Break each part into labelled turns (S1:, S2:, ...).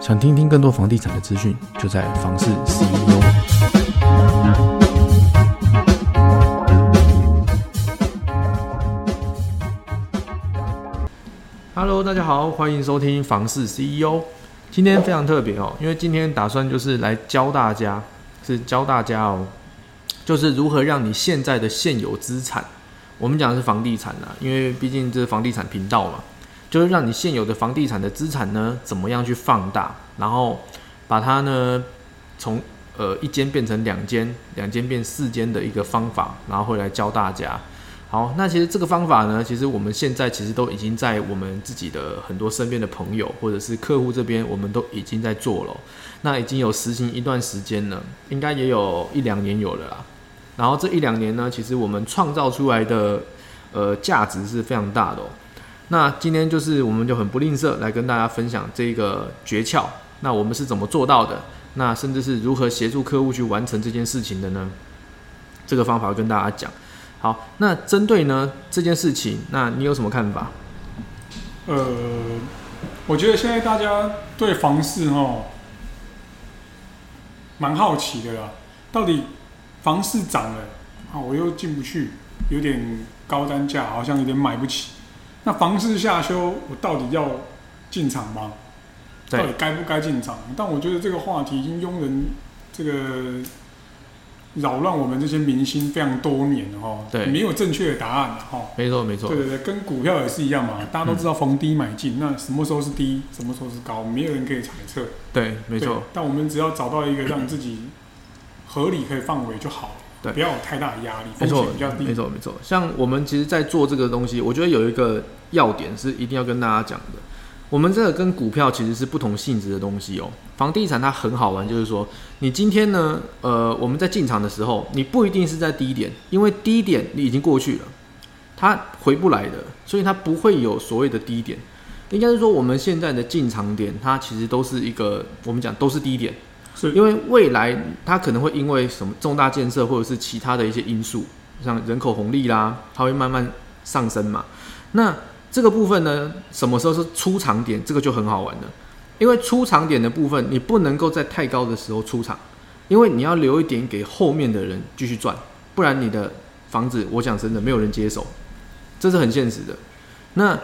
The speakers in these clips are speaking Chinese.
S1: 想听听更多房地产的资讯，就在房市 E CEO。Hello，大家好，欢迎收听房市 CEO。今天非常特别哦，因为今天打算就是来教大家，是教大家哦，就是如何让你现在的现有资产，我们讲的是房地产啊，因为毕竟这是房地产频道嘛，就是让你现有的房地产的资产呢，怎么样去放大，然后把它呢从呃一间变成两间，两间变四间的一个方法，然后会来教大家。好，那其实这个方法呢，其实我们现在其实都已经在我们自己的很多身边的朋友或者是客户这边，我们都已经在做了。那已经有实行一段时间了，应该也有一两年有了啦。然后这一两年呢，其实我们创造出来的呃价值是非常大的、哦。那今天就是我们就很不吝啬来跟大家分享这个诀窍，那我们是怎么做到的？那甚至是如何协助客户去完成这件事情的呢？这个方法跟大家讲。好，那针对呢这件事情，那你有什么看法？
S2: 呃，我觉得现在大家对房市哦，蛮好奇的啦。到底房市涨了啊，我又进不去，有点高单价，好像有点买不起。那房市下修，我到底要进场吗？
S1: 对
S2: 到底该不该进场？但我觉得这个话题已经庸人这个扰乱我们这些明星非常多年了哦，
S1: 对
S2: 没有正确的答案哈。哦
S1: 没错，没错嗯
S2: 对，对对，跟股票也是一样嘛，大家都知道逢低买进，那什么时候是低，什么时候是高，没有人可以猜测。
S1: 对，没
S2: 对
S1: 错，。
S2: 但我们只要找到一个让自己合理可以范围就好了，
S1: 对
S2: 不要有太大的压力，
S1: 没
S2: 风
S1: 错
S2: 险比较，低。
S1: 没错，没错。像我们其实，在做这个东西，我觉得有一个要点是一定要跟大家讲的。我们这个跟股票其实是不同性质的东西哦。房地产它很好玩，就是说，你今天呢，呃，我们在进场的时候，你不一定是在低点，因为低点你已经过去了，它回不来的，所以它不会有所谓的低点。应该是说，我们现在的进场点，它其实都是一个，我们讲都是低点。
S2: 是
S1: 因为未来它可能会因为什么重大建设或者是其他的一些因素，像人口红利啦，它会慢慢上升嘛。那这个部分呢，什么时候是出场点？这个就很好玩了，因为出场点的部分，你不能够在太高的时候出场，因为你要留一点给后面的人继续赚，不然你的房子，我讲真的，没有人接手，这是很现实的。那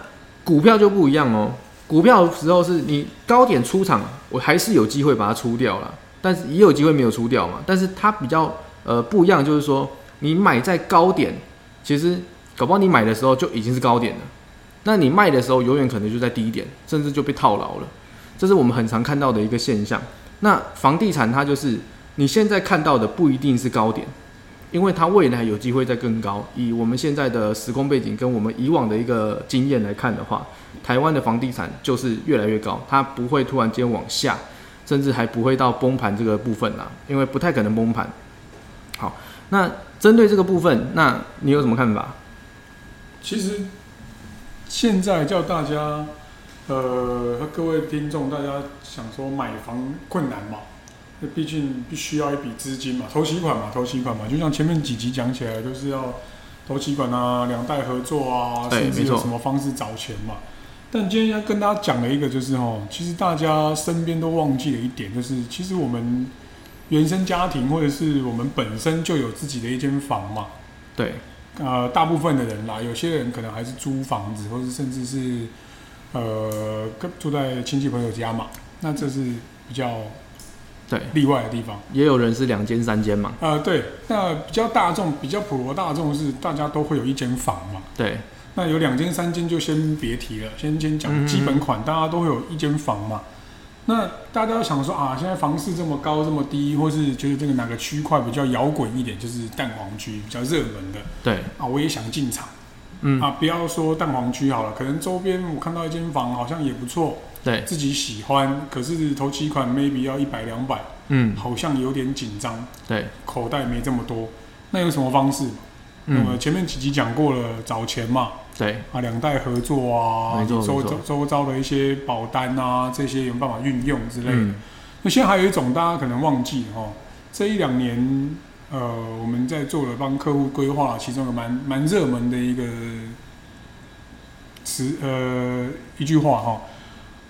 S1: 股票就不一样哦，股票的时候是你高点出场，我还是有机会把它出掉了。但是也有机会没有出掉嘛。但是它比较呃不一样，就是说你买在高点，其实搞不好你买的时候就已经是高点了，那你卖的时候永远可能就在低点，甚至就被套牢了。这是我们很常看到的一个现象。那房地产它就是你现在看到的不一定是高点，因为它未来有机会再更高。以我们现在的时空背景跟我们以往的一个经验来看的话，台湾的房地产就是越来越高，它不会突然间往下。甚至还不会到崩盘这个部分啦，因为不太可能崩盘。好，那针对这个部分，那你有什么看法？
S2: 其实现在叫大家，呃，各位听众，大家想说买房困难嘛？那毕竟必须要一笔资金嘛，投期款嘛，投期款嘛，就像前面几集讲起来，就是要投期款啊，两代合作啊，
S1: 对
S2: 甚至
S1: 没错
S2: 有什么方式找钱嘛。但今天要跟大家讲的一个就是哦，其实大家身边都忘记了一点，就是其实我们原生家庭或者是我们本身就有自己的一间房嘛，
S1: 对，
S2: 呃，大部分的人啦，有些人可能还是租房子，或者甚至是呃跟住在亲戚朋友家嘛，那这是比较
S1: 对
S2: 例外的地方。
S1: 也有人是两间三间嘛，
S2: 呃，对，那比较大众、比较普罗大众是大家都会有一间房嘛，
S1: 对，
S2: 那有两间、三间就先别提了，先先
S1: 嗯
S2: 讲
S1: 嗯
S2: 基本款，大家都会有一间房嘛。那大家想说啊，现在房市这么高这么低，或是觉得这个哪个区块比较摇滚一点，就是蛋黄区比较热门的
S1: 对，
S2: 啊，我也想进场。
S1: 嗯，
S2: 啊，不要说蛋黄区好了，可能周边我看到一间房好像也不错，
S1: 对，
S2: 自己喜欢，可是头期款 maybe 要一百两百，
S1: 嗯，
S2: 好像有点紧张，
S1: 对，
S2: 口袋没这么多，那有什么方式？那么
S1: 嗯，
S2: 前面几集讲过了，找钱嘛，
S1: 对，
S2: 啊，两代合作啊，
S1: 没错
S2: 你周
S1: 没错
S2: 周周遭的一些保单啊，这些有办法运用之类的。
S1: 嗯，
S2: 那现在还有一种大家可能忘记哦，这一两年，呃，我们在做了帮客户规划，其中有蛮蛮热门的一个词，呃，一句话哈、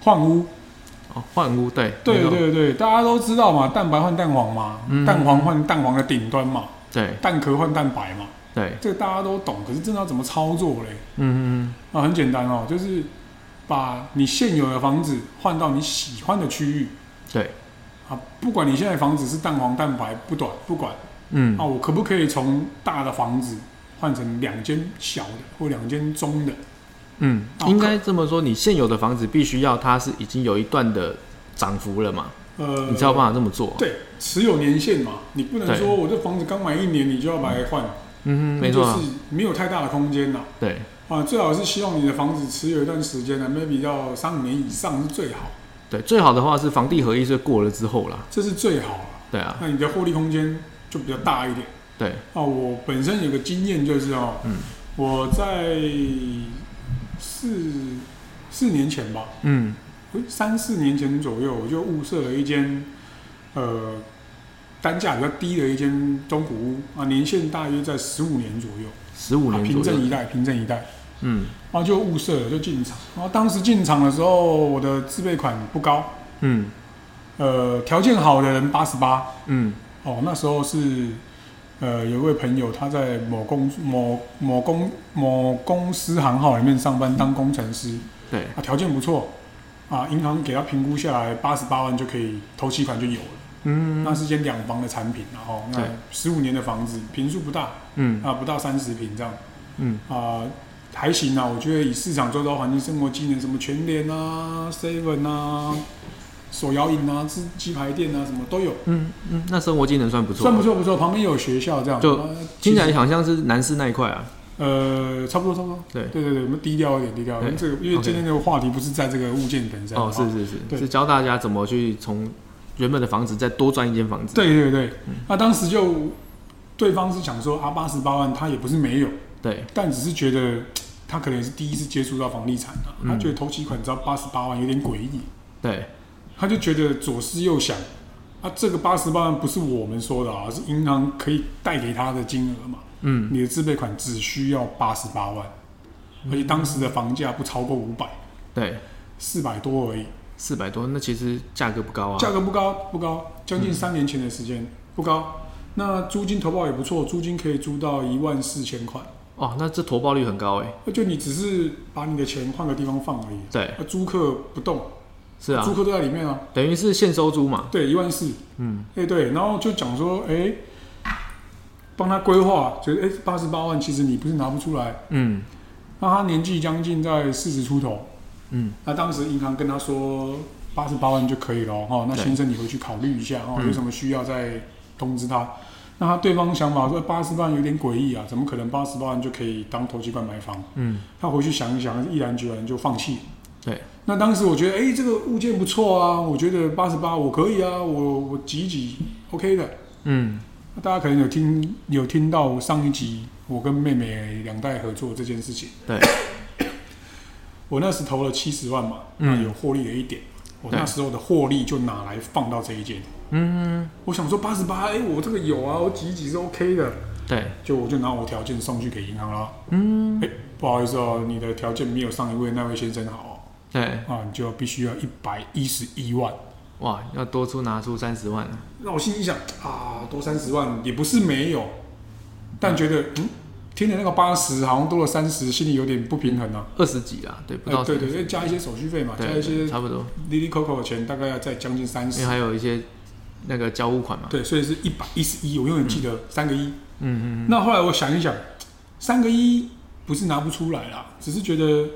S2: 换屋，
S1: 哦，换屋对，没
S2: 对
S1: 错
S2: 对对，大家都知道嘛，蛋白换蛋黄嘛，
S1: 嗯
S2: 蛋黄换蛋黄的顶端嘛，
S1: 对
S2: 蛋壳换蛋白嘛，
S1: 对，
S2: 这个大家都懂。可是真的要怎么操作嘞？
S1: 嗯嗯
S2: 啊，很简单哦，就是把你现有的房子换到你喜欢的区域。
S1: 对。
S2: 啊，不管你现在房子是蛋黄蛋白，不短不管
S1: 嗯
S2: 啊，我可不可以从大的房子换成两间小的或两间中的？
S1: 嗯
S2: 哦
S1: 嗯，应该这么说，你现有的房子必须要它是已经有一段的涨幅了嘛，
S2: 呃，
S1: 你才有办法这么做。
S2: 对，持有年限嘛，你不能
S1: 对
S2: 说我这房子刚买一年你就要把它换，
S1: 嗯哼，没错
S2: 就
S1: 啊，
S2: 是没有太大的空间呐、
S1: 对，
S2: 啊，最好是希望你的房子持有一段时间呢、m a y b e 要三五年以上是最好，
S1: 对，最好的话是房地合一税过了之后啦。
S2: 这是最好了。
S1: 对啊，
S2: 那你的获利空间就比较大一点。
S1: 对，
S2: 啊，我本身有个经验就是哦，
S1: 嗯
S2: 我在四四年前吧，
S1: 嗯
S2: 诶三四年前左右，我就物色了一间，呃，单价比较低的一间中古屋啊，年限大约在十五年左右，
S1: 十五
S2: 啊，
S1: 年
S2: 平
S1: 左
S2: 正一
S1: 右，
S2: 代，平正一代，
S1: 嗯
S2: 然后就物色了，就进场。然后当时进场的时候，我的自备款不高，
S1: 嗯
S2: 呃，条件好的人八十八，
S1: 嗯
S2: 哦，那时候是。呃，有一位朋友，他在某公某某公某公司行号里面上班，当工程师。
S1: 对，
S2: 啊，条件不错啊，银行给他评估下来八十八万就可以头期款就有了。那
S1: 嗯
S2: 是间两房的产品，然后那
S1: 对
S2: 十五年的房子，平数不大
S1: 嗯
S2: 啊，不到三十平这样
S1: 嗯
S2: 啊，还行啊。我觉得以市场周遭环境、生活机能，什么全联啊、Seven 啊、手摇饮啊、鸡鸡排店啊，什么都有，
S1: 嗯嗯，那生活技能算不错，
S2: 算不错不错。旁边有学校这样，
S1: 就
S2: 啊
S1: 听起
S2: 其
S1: 来
S2: 实
S1: 好像是南市那一块啊。
S2: 呃，差不多差不多。
S1: 对
S2: 对对对，我们低调一点，低调一点。
S1: 对
S2: 这个因为
S1: OK
S2: 今天这个话题不是在这个物件本身
S1: 哦，
S2: 啊
S1: 是是是，
S2: 对
S1: 是教大家怎么去从原本的房子再多赚一间房子。，
S2: 对对对，那、当时就对方是想说啊，八十八万他也不是没有，
S1: 对
S2: 但只是觉得他可能也是第一次接触到房地产啊，
S1: 嗯
S2: 他觉得头期款只要八十八万有点诡异，
S1: 对，
S2: 他就觉得左思右想，啊，这个八十八万不是我们说的啊，是银行可以贷给他的金额嘛，
S1: 嗯
S2: 你的自备款只需要八十八万，而且当时的房价不超过五百，
S1: 对，
S2: 四百多而已，
S1: 四百多，那其实价格不高啊。
S2: 价格不高不高，将近三年前的时间、不高。那租金投报也不错，租金可以租到一万四千块，
S1: 哦，那这投报率很高哎、
S2: 那就你只是把你的钱换个地方放而已。
S1: 对，
S2: 那租客不动，
S1: 是啊
S2: 租，客都在里面啊。
S1: 等于是现收租嘛。
S2: 对，一万四，
S1: 嗯
S2: 哎对，然后就讲说，哎、帮他规划，觉得哎八十八万，其实你不是拿不出来。
S1: 嗯
S2: 那他年纪将近在四十出头，
S1: 嗯，
S2: 那当时银行跟他说八十八万就可以了哦，那
S1: 对
S2: 先生你回去考虑一下哦，
S1: 嗯
S2: 有什么需要再通知他。那他对方想法说八十万有点诡异啊，怎么可能八十八万就可以当投机款买房？
S1: 嗯
S2: 他回去想一想，毅然决然就放弃。
S1: 对，
S2: 那当时我觉得，哎、这个物件不错啊，我觉得八十八我可以啊，我我挤一挤 OK 的。
S1: 嗯
S2: 那大家可能有听有听到上一集我跟妹妹两代合作这件事情。
S1: 对，
S2: 我那时投了七十万嘛，
S1: 嗯
S2: 那有获利了一点，我
S1: 对
S2: 那时候的获利就拿来放到这一件。
S1: 嗯
S2: 我想说八十八，哎，我这个有啊，我挤一挤是 OK 的，
S1: 对，
S2: 就我就拿我条件送去给银行了。
S1: 嗯
S2: 哎，不好意思哦，你的条件没有上一位那位先生好
S1: 对，
S2: 哦，啊，你就必须要一百一十一万。
S1: 哇，要多出拿出三十万啊。
S2: 那我心里想啊，多三十万也不是没有，但觉得嗯，听着那个八十好像多了三十，心里有点不平衡啊。
S1: 二十几啦，对，不
S2: 哎，
S1: 到
S2: 对
S1: 30、
S2: 对，再加一些手续费嘛，加一
S1: 对
S2: 些
S1: 对，差不多，
S2: 利利扣扣的钱，大概要再将近三
S1: 因
S2: 十
S1: 为。还有一些那个交屋款嘛。
S2: 对，所以是一百一十一，我永远记得三个一。
S1: 嗯嗯嗯，
S2: 那后来我想一想，三个一不是拿不出来啦，只是觉得，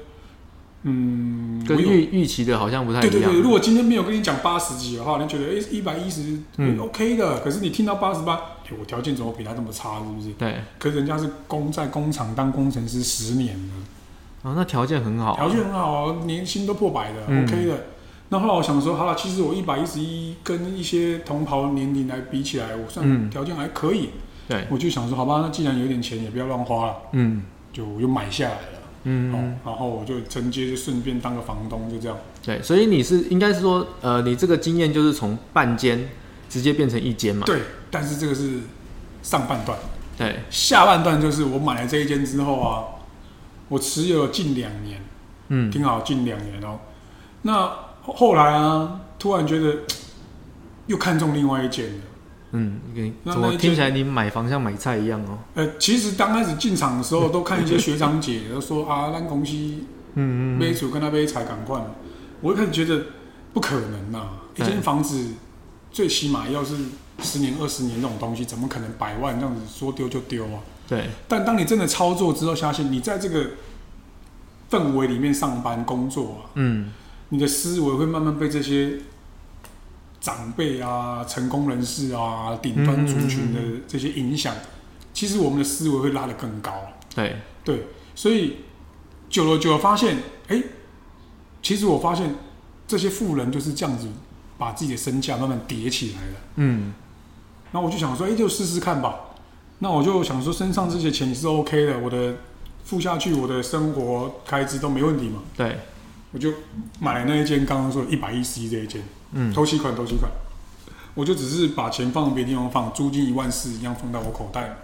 S2: 嗯，
S1: 跟
S2: 我有
S1: 预预期的好像不太
S2: 对
S1: 一
S2: 对
S1: 样啊
S2: 对，。如果今天没有跟你讲八十几的话，你觉得哎一百一十
S1: 嗯
S2: OK 的，可是你听到八十八，哎，我条件怎么比他这么差，是不是？
S1: 对，
S2: 可是人家是工在工厂当工程师十年的，
S1: 哦，那条件很好啊。
S2: 条件很好啊，年薪都破百的、
S1: 嗯
S2: o k 的。那后来我想说，好了，其实我一百一十一跟一些同袍年龄来比起来，我算
S1: 嗯
S2: 条件还可以。
S1: 对，
S2: 我就想说，好吧，那既然有点钱，也不要乱花了，
S1: 嗯
S2: 就我就买下来了。
S1: 嗯。
S2: 哦，然后我就承接，就顺便当个房东，就这样。
S1: 对，所以你是应该是说，呃，你这个经验就是从半间直接变成一间嘛？
S2: 对，但是这个是上半段，
S1: 对，
S2: 下半段就是我买了这一间之后啊，我持有近两年，
S1: 嗯
S2: 挺好，近两年哦。那后后来啊，突然觉得又看中另外一间了。
S1: 嗯，你
S2: 那
S1: 怎
S2: 那
S1: 么
S2: 一
S1: 听
S2: 间
S1: 起来你买房像买菜一样哦？
S2: 呃，其实刚开始进场的时 候，都看一些学长姐都说啊，咱公司
S1: 嗯
S2: 买厝跟他买菜赶快。我一开始觉得不可能呐、一
S1: 嗯
S2: 间房子最起码要是十年、二十年这种东西，怎么可能百万这样子说丢就丢啊？
S1: 对，
S2: 但当你真的操作之后，相信你在这个氛围里面上班工作啊，
S1: 嗯，
S2: 你的思维会慢慢被这些长辈啊、成功人士啊、顶端族群的这些影响。其实我们的思维会拉得更高啊、
S1: 对，
S2: 对，所以久了久了发现，哎、其实我发现这些富人就是这样子把自己的身价慢慢叠起来了。
S1: 嗯，
S2: 那我就想说，哎、就试试看吧。那我就想说，身上这些钱是 OK 的，我的付下去，我的生活开支都没问题嘛。
S1: 对，
S2: 我就买了那一间刚刚说的一百一十一这一间，
S1: 嗯，
S2: 投期款，投期款。我就只是把钱放别地方放，租金一万四一样放到我口袋，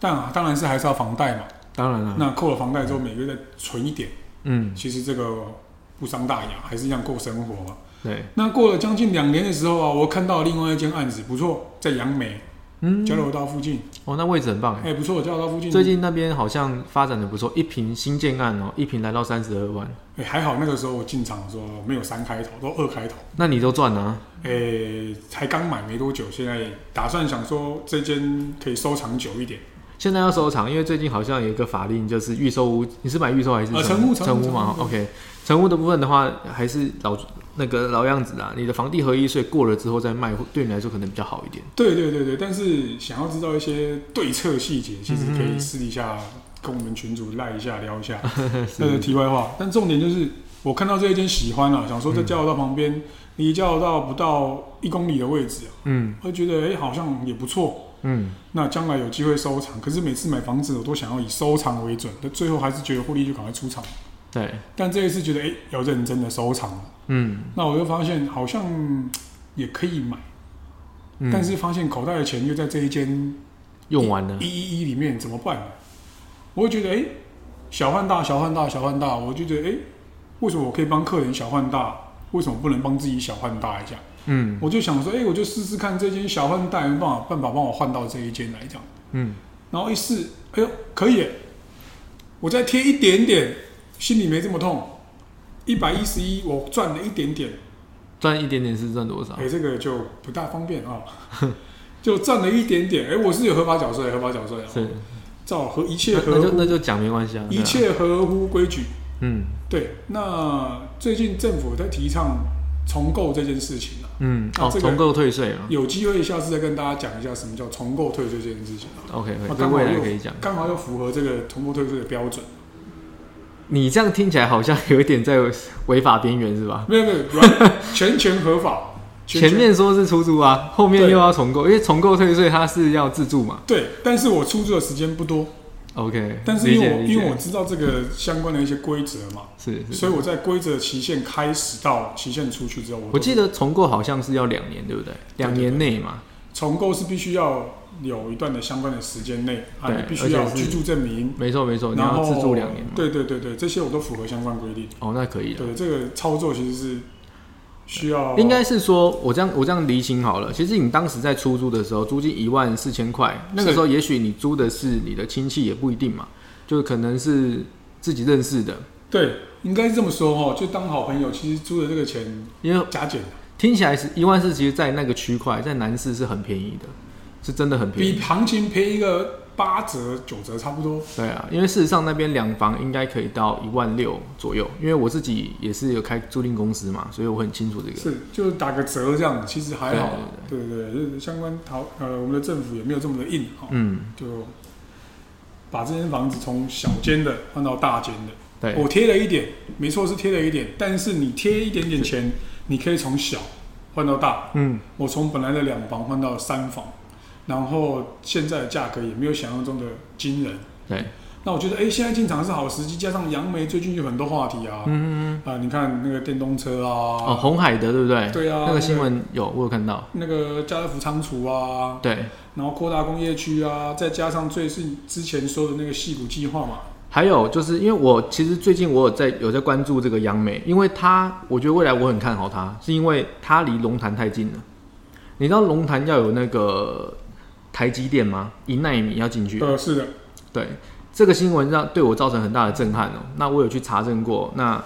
S2: 但、啊、当然是还是要房贷嘛。
S1: 当然了，
S2: 那扣了房贷之后，每个月再存一点，
S1: 嗯，
S2: 其实这个不伤大雅，还是一样过生活嘛。
S1: 对，
S2: 那过了将近两年的时候啊，我看到另外一间案子不错，在杨梅
S1: 嗯，
S2: 交流道附近，
S1: 哦，那位置很棒哎
S2: 哎、。不错，交流道附近
S1: 最近那边好像发展的不错，一平新建案哦，一平来到三十二万，
S2: 哎、还好那个时候我进场的时候没有三开头，都二开头，
S1: 那你都赚了啊？
S2: 哎、才刚买没多久，现在打算想说这间可以收藏久一点，
S1: 现在要收藏，因为最近好像有一个法令，就是预售屋，你是买预售还是
S2: 呃
S1: 成屋？
S2: 成
S1: 成
S2: 屋
S1: 屋嘛
S2: 成屋
S1: ，OK。成屋的部分的话，还是老那个老样子啦。你的房地合一税过了之后再卖，对你来说可能比较好一点。
S2: 对对对对，但是想要知道一些对策细节，其实可以私底下跟我们群主赖一下聊一下。这是题外话，但重点就是我看到这一间喜欢了、啊想说在交流道旁边，离交流道不到一公里的位置、啊，
S1: 嗯
S2: 会觉得哎、好像也不错。
S1: 嗯，
S2: 那将来有机会收藏，可是每次买房子我都想要以收藏为准，但最后还是觉得获利就赶快出场。
S1: 对，
S2: 但这一次觉得哎、要认真的收藏了，
S1: 嗯
S2: 那我又发现好像嗯也可以买，
S1: 嗯，
S2: 但是发现口袋的钱又在这一间
S1: 用完了
S2: 一，一一里面怎么办呢？我会觉得，哎、小换大，小换大，小换大，我就觉得，哎、为什么我可以帮客人小换大，为什么不能帮自己小换大一下？
S1: 嗯
S2: 我就想说，哎、我就试试看这间小换大有没有办法办法帮我换到这一间来这样，
S1: 嗯，
S2: 然后一试，哎呦，可以耶，我再贴一点点，心里没这么痛。一百一十一，我赚了一点点，
S1: 赚一点点是赚多少
S2: 哎、？这个就不大方便啊、 就赚了一点点。哎、我是有合法缴税，合法缴税啊，
S1: 是，
S2: 照合一切
S1: 那
S2: 合
S1: 那
S2: 乎
S1: 就那就讲没关系啊。对
S2: 一
S1: 啊，
S2: 切合乎规矩。
S1: 嗯
S2: 对，那最近政府在提倡重购这件事情啊，
S1: 嗯，
S2: 那
S1: 哦，
S2: 这个
S1: 重购退税啊。
S2: 有机会下次再跟大家讲一下什么叫重购退税这件事情啊，
S1: OK，
S2: 那
S1: 这
S2: 刚好
S1: 未来
S2: 又
S1: 可以讲。
S2: 刚好又符合这个重购退税的标准。啊
S1: 你这样听起来好像有一点在违法边缘是吧？
S2: 没有没有，完全全合 法，全
S1: 嗯
S2: 全
S1: 前面说是出租啊，后面
S2: 对
S1: 又要重购，因为重购退税它是要自住嘛。
S2: 对，但是我出租的时间不多，
S1: OK，
S2: 但是
S1: 理
S2: 因
S1: 解
S2: 为我
S1: 理解嗯
S2: 因为我知道这个相关的一些规则嘛，
S1: 是是，
S2: 所以我在规则期限开始到期限出去之后，我
S1: 我记得重购好像是要两年，对不对？两年内嘛，
S2: 重购是必须要有一段的相关的时间内啊，
S1: 对
S2: 你必须要
S1: 而
S2: 有
S1: 且是
S2: 居住证明。
S1: 没错没错，你
S2: 然
S1: 要
S2: 后
S1: 自住两年嘛。
S2: 对对对对，这些我都符合相关规定。
S1: 哦，那可以了。
S2: 对，这个操作其实是需要
S1: 应该是说，我这样我这样厘清好了。其实你当时在出租的时候，租金一万四千块，那个
S2: 是
S1: 时候也许你租的是你的亲戚，也不一定嘛，就可能是自己认识的。
S2: 对，应该是这么说哦，就当好朋友，其实租的这个钱
S1: 因为
S2: 加减
S1: 听起来是一万四，其实，在那个区块，在南市是很便宜的，是真的很便宜
S2: 比。行情便宜个八折九折差不多。
S1: 对啊，因为事实上那边两房应该可以到一万六左右，因为我自己也是有开租赁公司嘛，所以我很清楚这个。
S2: 是，就是打个折这样，其实还好。对对对，就是相关讨呃，我们的政府也没有这么的硬哈、哦，
S1: 嗯，
S2: 就把这间房子从小间的换到大间的。
S1: 对，
S2: 我贴了一点，没错是贴了一点，但是你贴一点点钱，你可以从小换到大。
S1: 嗯，
S2: 我从本来的两房换到三房，然后现在的价格也没有想象中的惊人。
S1: 对，
S2: 那我觉得，哎、现在进场是好时机，加上杨梅最近有很多话题啊，啊、
S1: 嗯嗯嗯。
S2: 你看那个电动车
S1: 哦，
S2: 啊，
S1: 红海的对不对？
S2: 对啊，
S1: 那个新闻有，我有看到。
S2: 那个，那个家乐福仓储啊，
S1: 对
S2: 然后扩大工业区啊，再加上最是之前说的那个戏骨计划嘛，
S1: 还有就是因为我其实最近我有在有在关注这个央美，因为它我觉得未来我很看好它，是因为它离龙潭太近了。你知道龙潭要有那个台积电吗？一纳米要进去，
S2: 呃，是的，
S1: 对这个新闻让对我造成很大的震撼哦。那我有去查证过，那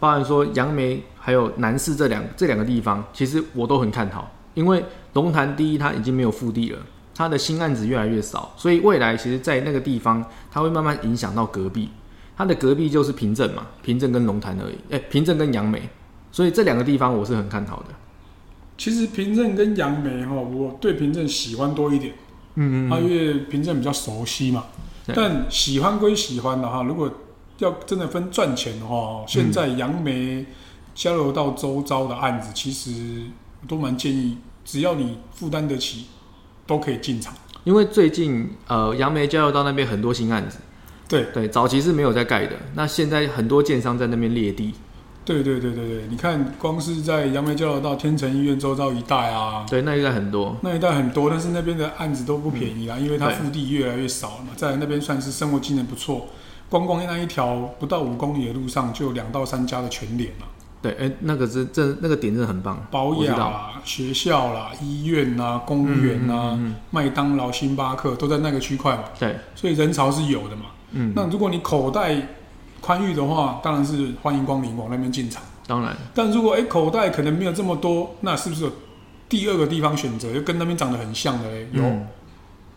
S1: 包含说杨梅还有南市这两这两个地方，其实我都很看好，因为龙潭第一它已经没有腹地了，它的新案子越来越少，所以未来其实在那个地方，它会慢慢影响到隔壁，它的隔壁就是平镇嘛，平镇跟龙潭而已，哎、平镇跟杨梅，所以这两个地方我是很看好的。
S2: 其实平镇跟杨梅哈，我对平镇喜欢多一点，
S1: 嗯
S2: 啊，因为平镇比较熟悉嘛。
S1: 对
S2: 但喜欢归喜欢的哈，如果要真的分赚钱的话，现在杨梅交流到周遭的案子，其实都蛮建议，只要你负担得起，都可以进场。
S1: 因为最近呃杨梅交流道那边很多新案子，
S2: 对，
S1: 对，早期是没有在盖的，那现在很多建商在那边裂地，
S2: 对对对对对，你看，光是在杨梅交流到天成医院周遭一带啊，
S1: 对，那应该很多。
S2: 那一带很多，但是那边的案子都不便宜啦，因为它
S1: 嗯对
S2: 腹地越来越少了嘛。在那边算是生活机能不错，光光那一条不到五公里的路上，就有两到三家的全脸嘛，
S1: 对，哎、那个是这那个点真的很棒，
S2: 保
S1: 我知
S2: 雅
S1: 道。
S2: 啦、学校啦、医院啦、公园啦、
S1: 嗯
S2: 麦当劳、星巴克都在那个区块嘛，
S1: 对，
S2: 所以人潮是有的嘛。
S1: 嗯，
S2: 那如果你口袋宽裕的话，当然是欢迎光临往哦那边进场。
S1: 当然，
S2: 但如果哎、诶口袋可能没有这么多，那是不是有第二个地方选择，就跟那边长得很像的嘞？有、
S1: 嗯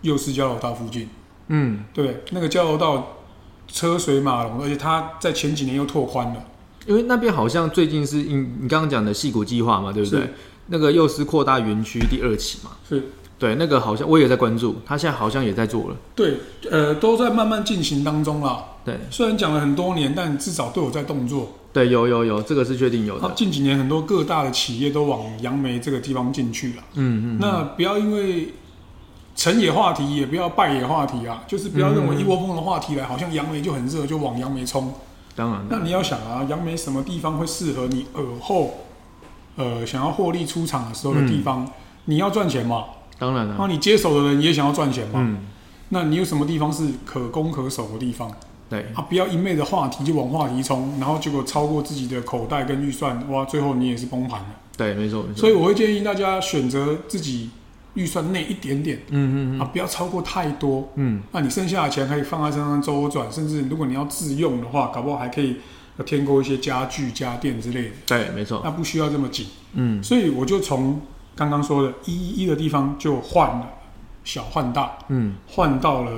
S2: 幼师交流道附近，
S1: 嗯，
S2: 对不对？那个交流道车水马龙，而且它在前几年又拓宽了，
S1: 因为那边好像最近是你你刚刚讲的戏骨计划嘛，对不对
S2: 是？
S1: 那个幼师扩大园区第二期嘛，
S2: 是
S1: 对，那个好像我也在关注，他现在好像也在做了。
S2: 对，呃，都在慢慢进行当中啦。
S1: 对，
S2: 虽然讲了很多年，但至少都有在动作。
S1: 对，有有有，这个是确定有
S2: 那
S1: 的。
S2: 近几年很多各大的企业都往杨梅这个地方进去了。
S1: 嗯嗯，
S2: 那不要因为成也话题，也不要败也话题啊，就是不要
S1: 嗯
S2: 认为一窝蜂的话题来，好像杨梅就很热，就往杨梅冲。
S1: 当然
S2: 那
S1: 了，
S2: 你要想啊，杨梅什么地方会适合你耳后，呃，想要获利出场的时候的
S1: 嗯
S2: 地方？你要赚钱嘛，
S1: 当然
S2: 然
S1: 了。
S2: 后你接手的人也想要赚钱嘛。
S1: 嗯，
S2: 那你有什么地方是可攻可守的地方
S1: 对，
S2: 啊？不要一昧的话题就往话题冲，然后结果超过自己的口袋跟预算，哇，最后你也是崩盘了。
S1: 对，没错没错。
S2: 所以我会建议大家选择自己预算内一点点
S1: 嗯嗯
S2: 啊，不要超过太多。
S1: 嗯
S2: 那你剩下的钱可以放在身上周转，甚至如果你要自用的话，搞不好还可以呃添购一些家具、家电之类的。
S1: 嗯，对，没错。
S2: 那不需要这么紧，
S1: 嗯，
S2: 所以我就从刚刚说的一一一的地方就换了，小换大，
S1: 嗯
S2: 换到了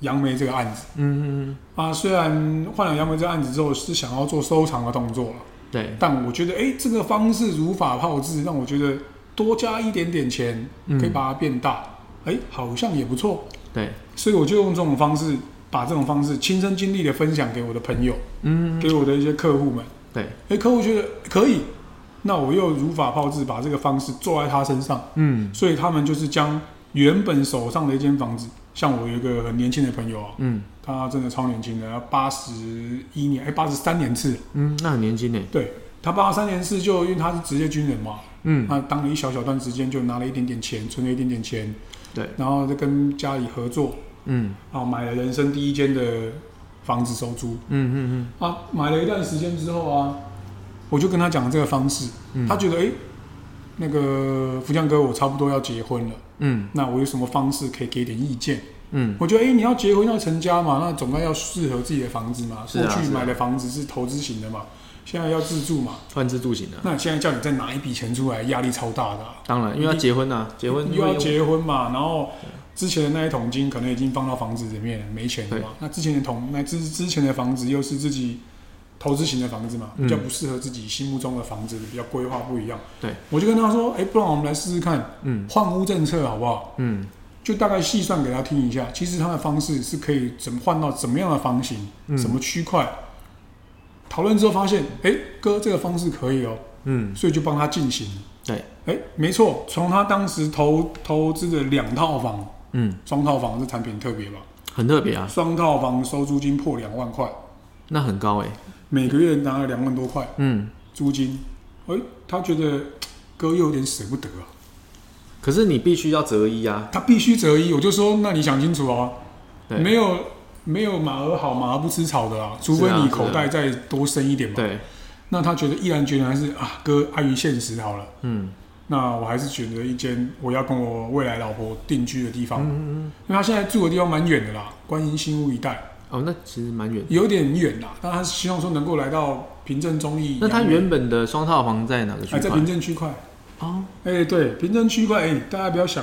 S2: 杨梅这个案子
S1: 嗯嗯
S2: 啊。虽然换了杨梅这个案子之后是想要做收藏的动作了，
S1: 嗯，对，
S2: 但我觉得哎、诶这个方式如法炮制，让我觉得多加一点点钱
S1: 嗯
S2: 可以把它变大，哎、好像也不错。
S1: 对，
S2: 所以我就用这种方式，把这种方式亲身经历的分享给我的朋友，
S1: 嗯
S2: 给我的一些客户们。
S1: 对，
S2: 哎，客户觉得可以，那我又如法炮制，把这个方式做在他身上，
S1: 嗯
S2: 所以他们就是将原本手上的一间房子，像我有一个很年轻的朋友啊，
S1: 嗯
S2: 他真的超年轻的，八十一年，哎，八十三年次，
S1: 嗯，那很年轻呢。
S2: 对他八十三年次就因为他是职业军人嘛，
S1: 嗯，
S2: 那当了一小小段时间，就拿了一点点钱，存了一点点钱，
S1: 对，
S2: 然后再跟家里合作，
S1: 嗯
S2: 然后买了人生第一间的房子收租，
S1: 嗯嗯
S2: 啊，买了一段时间之后啊，我就跟他讲这个方式，
S1: 嗯
S2: 他觉得哎、诶那个福将哥，我差不多要结婚了，
S1: 嗯
S2: 那我有什么方式可以给点意见？
S1: 嗯
S2: 我觉得哎、诶你要结婚要成家嘛，那总该要适合自己的房子嘛。
S1: 是
S2: 过
S1: 啊
S2: 去
S1: 是啊
S2: 买的房子是投资型的嘛，现在要自住嘛，
S1: 嗯，穿吃住行的，
S2: 那现在叫你再拿一笔钱出来，压力超大的啊、
S1: 当然，因为要结婚呐，结婚
S2: 又要，结婚嘛，然后之前的那一桶金可能已经放到房子里面了，没钱了嘛。那之前的桶，那之之前的房子又是自己投资型的房子嘛，
S1: 嗯
S2: 比较不适合自己心目中的房子，比较规划不一样。
S1: 对，
S2: 我就跟他说，哎、不然我们来试试看
S1: 嗯
S2: 换屋政策好不好？
S1: 嗯
S2: 就大概细算给他听一下，其实他的方式是可以怎么换到怎么样的房型，
S1: 嗯
S2: 什么区块。讨论之后发现，哎、哥这个方式可以哦、
S1: 嗯，
S2: 所以就帮他进行。
S1: 对，
S2: 哎，没错，从他当时投投资的两套房，
S1: 嗯，
S2: 双套房这产品特别吧，
S1: 很特别啊，
S2: 双套房收租金破两万块，
S1: 那很高哎，
S2: 每个月拿了两万多块
S1: 嗯，
S2: 租金，哎，他觉得嘖哥又有点舍不得啊，
S1: 可是你必须要择一啊，
S2: 他必须择一，我就说那你想清楚哦、
S1: 对
S2: 没有没有马儿好，马儿不吃草的啊，除非
S1: 是啊
S2: 你
S1: 是啊
S2: 口袋再多深一点嘛。
S1: 对，
S2: 那他觉得毅然决然还是啊，哥碍于现实好了，
S1: 嗯
S2: 那我还是选择一间我要跟我未来老婆定居的地方，
S1: 嗯嗯，
S2: 因为他现在住的地方蛮远的啦，观音新屋一带
S1: 哦，那其实蛮远。
S2: 有点远啦，但他希望说能够来到平镇中立。
S1: 那他
S2: 阳明
S1: 原本的双套房在哪个区
S2: 哎，在
S1: 块
S2: 平？镇区块，
S1: 哦，
S2: 哎、对，平镇区块，哎、大家不要想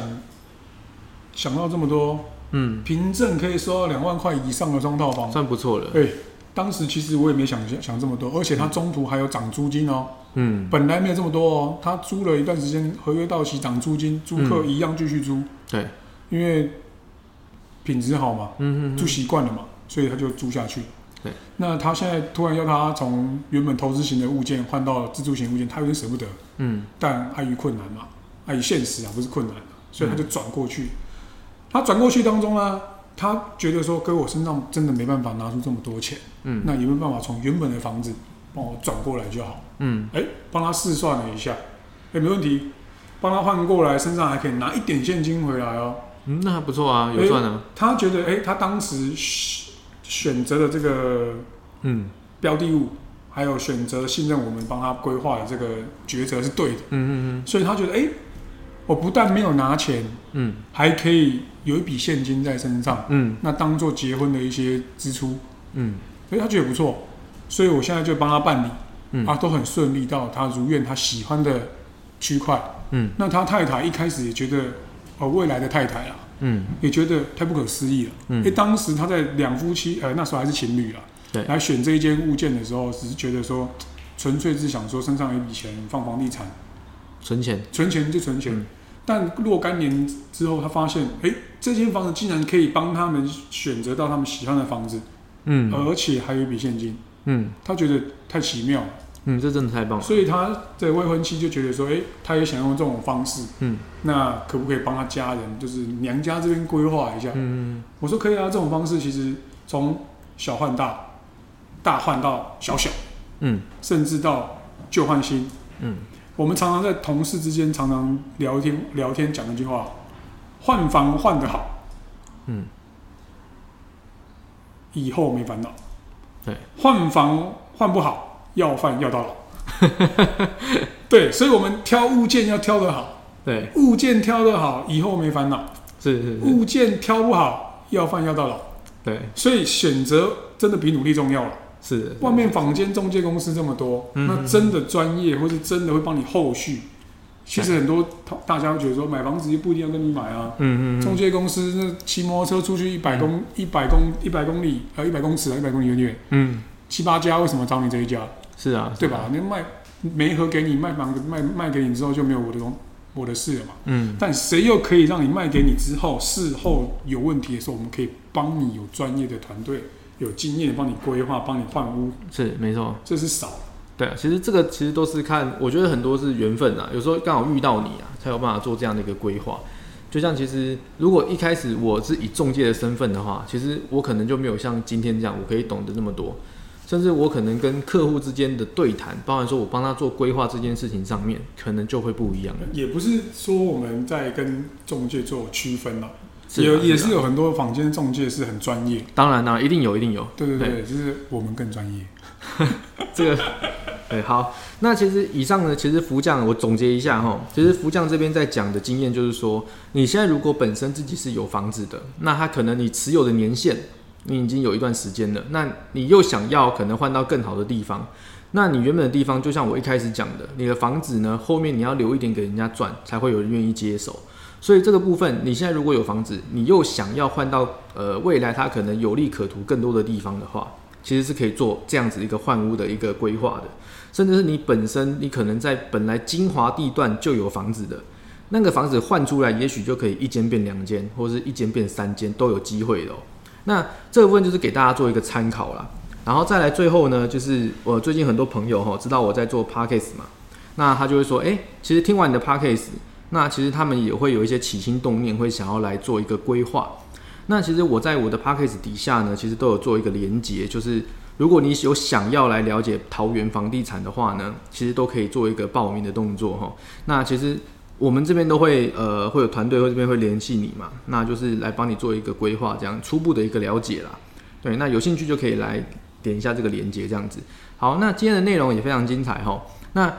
S2: 想到这么多，
S1: 嗯，
S2: 平镇可以收到两万块以上的双套房，
S1: 算不错了。
S2: 哎、当时其实我也没想想这么多，而且他中途还有涨租金哦，
S1: 嗯，
S2: 本来没有这么多哦，他租了一段时间，合约到期涨租金，租
S1: 嗯
S2: 客一样继续租，
S1: 对，
S2: 因为品质好嘛，
S1: 嗯嗯
S2: 住习惯了嘛，所以他就租下去。
S1: 对，
S2: 那他现在突然要他从原本投资型的物件换到自住型物件，他有点舍不得，
S1: 嗯
S2: 但碍于困难嘛，碍于现实啊，不是困难啊、所以他就转过去。他转过去当中呢，他觉得说，哥，我身上真的没办法拿出这么多钱，
S1: 嗯
S2: 那有没有办法从原本的房子帮我转过来就好？
S1: 嗯
S2: 哎、帮他试算了一下，哎、没问题，帮他换过来，身上还可以拿一点现金回来哦。
S1: 嗯，那还不错啊，有赚啊。
S2: 他觉得，哎、他当时选选择的这个
S1: 嗯
S2: 标的物，还有选择信任我们帮他规划的这个抉择是对的，
S1: 嗯嗯
S2: 所以他觉得，哎、我不但没有拿钱，
S1: 嗯
S2: 还可以有一笔现金在身上，
S1: 嗯
S2: 那当做结婚的一些支出，
S1: 嗯
S2: 所以他觉得不错，所以我现在就帮他办理，
S1: 嗯
S2: 啊，都很顺利到他如愿他喜欢的区块。
S1: 嗯
S2: 那他太太一开始也觉得，哦，未来的太太啊，
S1: 嗯
S2: 也觉得太不可思议了。因为
S1: 嗯
S2: 当时他在两夫妻，呃，那时候还是情侣啊，
S1: 对
S2: 来选这一间物件的时候，只是觉得说，纯粹是想说身上有一笔钱放房地产，
S1: 存钱。
S2: 存钱就存钱。
S1: 嗯
S2: 但若干年之后，他发现，哎、这间房子竟然可以帮他们选择到他们喜欢的房子，
S1: 嗯
S2: 而且还有一笔现金，
S1: 嗯
S2: 他觉得太奇妙了，
S1: 嗯，这真的太棒了。
S2: 所以他的未婚妻就觉得说，哎、他也想用这种方式，
S1: 嗯
S2: 那可不可以帮他家人，就是娘家这边规划一下？
S1: 嗯
S2: 我说可以啊，这种方式其实从小换大，大换到小小，
S1: 嗯
S2: 甚至到旧换新。
S1: 嗯
S2: 我们常常在同事之间常常聊天聊天讲一句话：换房换得好，
S1: 嗯，
S2: 以后没烦恼；
S1: 对，
S2: 换房换不好，要饭要到老。对，所以我们挑物件要挑得好，
S1: 对，
S2: 物件挑得好，以后没烦恼；
S1: 是是是，
S2: 物件挑不好，要饭要到老。
S1: 对，
S2: 所以选择真的比努力重要了。
S1: 是的。
S2: 外面坊间中介公司这么多，
S1: 嗯
S2: 那真的专业或是真的会帮你后续。其实很多大家会觉得说，买房子就不一定要跟你买啊。
S1: 嗯嗯
S2: 中介公司那骑摩托车出去一百公一百公一百公里，呃，一百公尺啊，一百公里有点远，
S1: 嗯，
S2: 七八家为什么找你这一家？
S1: 是啊，
S2: 对吧？？那卖没合给你卖房子卖卖给你之后就没有我的东我的事了嘛。
S1: 嗯
S2: 但谁又可以让你卖给你之后，事后有问题的时候，我们可以帮你有专业的团队、有经验帮你规划、帮你换屋，
S1: 是没错。
S2: 这是少。
S1: 对啊，其实这个其实都是看，我觉得很多是缘分啊，有时候刚好遇到你啊，才有办法做这样的一个规划。就像其实如果一开始我是以中介的身份的话，其实我可能就没有像今天这样，我可以懂得那么多，甚至我可能跟客户之间的对谈，包含说我帮他做规划这件事情上面，可能就会不一样了。
S2: 也不是说我们在跟中介做区分了，
S1: 是啊
S2: 有也
S1: 啊
S2: 是有很多坊间中介是很专业，
S1: 当然啊当然一定有，一定有。
S2: 对对对，就是我们更专业。
S1: 这个，哎、好，那其实以上呢，其实福将我总结一下哈，其实福将这边在讲的经验就是说，你现在如果本身自己是有房子的，那他可能你持有的年限，你已经有一段时间了，那你又想要可能换到更好的地方，那你原本的地方，就像我一开始讲的，你的房子呢，后面你要留一点给人家赚，才会有人愿意接手。所以这个部分，你现在如果有房子，你又想要换到呃未来它可能有利可图更多的地方的话，其实是可以做这样子一个换屋的一个规划的，甚至是你本身你可能在本来精华地段就有房子的，那个房子换出来，也许就可以一间变两间，或是一间变三间都有机会的、哦。那这部分就是给大家做一个参考啦。然后再来最后呢，就是我最近很多朋友哈、知道我在做 podcast 嘛，那他就会说，哎、其实听完你的 podcast，那其实他们也会有一些起心动念，会想要来做一个规划。那其实我在我的 p a c k a g e 底下呢，其实都有做一个连接，就是如果你有想要来了解桃园房地产的话呢，其实都可以做一个报名的动作哈。那其实我们这边都会呃会有团队会这边会联系你嘛，那就是来帮你做一个规划，这样初步的一个了解啦。对，那有兴趣就可以来点一下这个连接，这样子。好，那今天的内容也非常精彩哈。那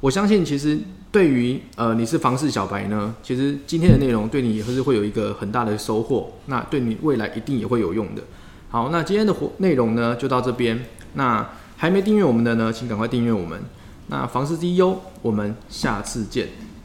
S1: 我相信，其实对于呃你是房市小白呢，其实今天的内容对你也是会有一个很大的收获，那对你未来一定也会有用的。好，那今天的活内容呢就到这边。那哦还没订阅我们的呢，请赶快订阅我们。那房市第一优，我们下次见。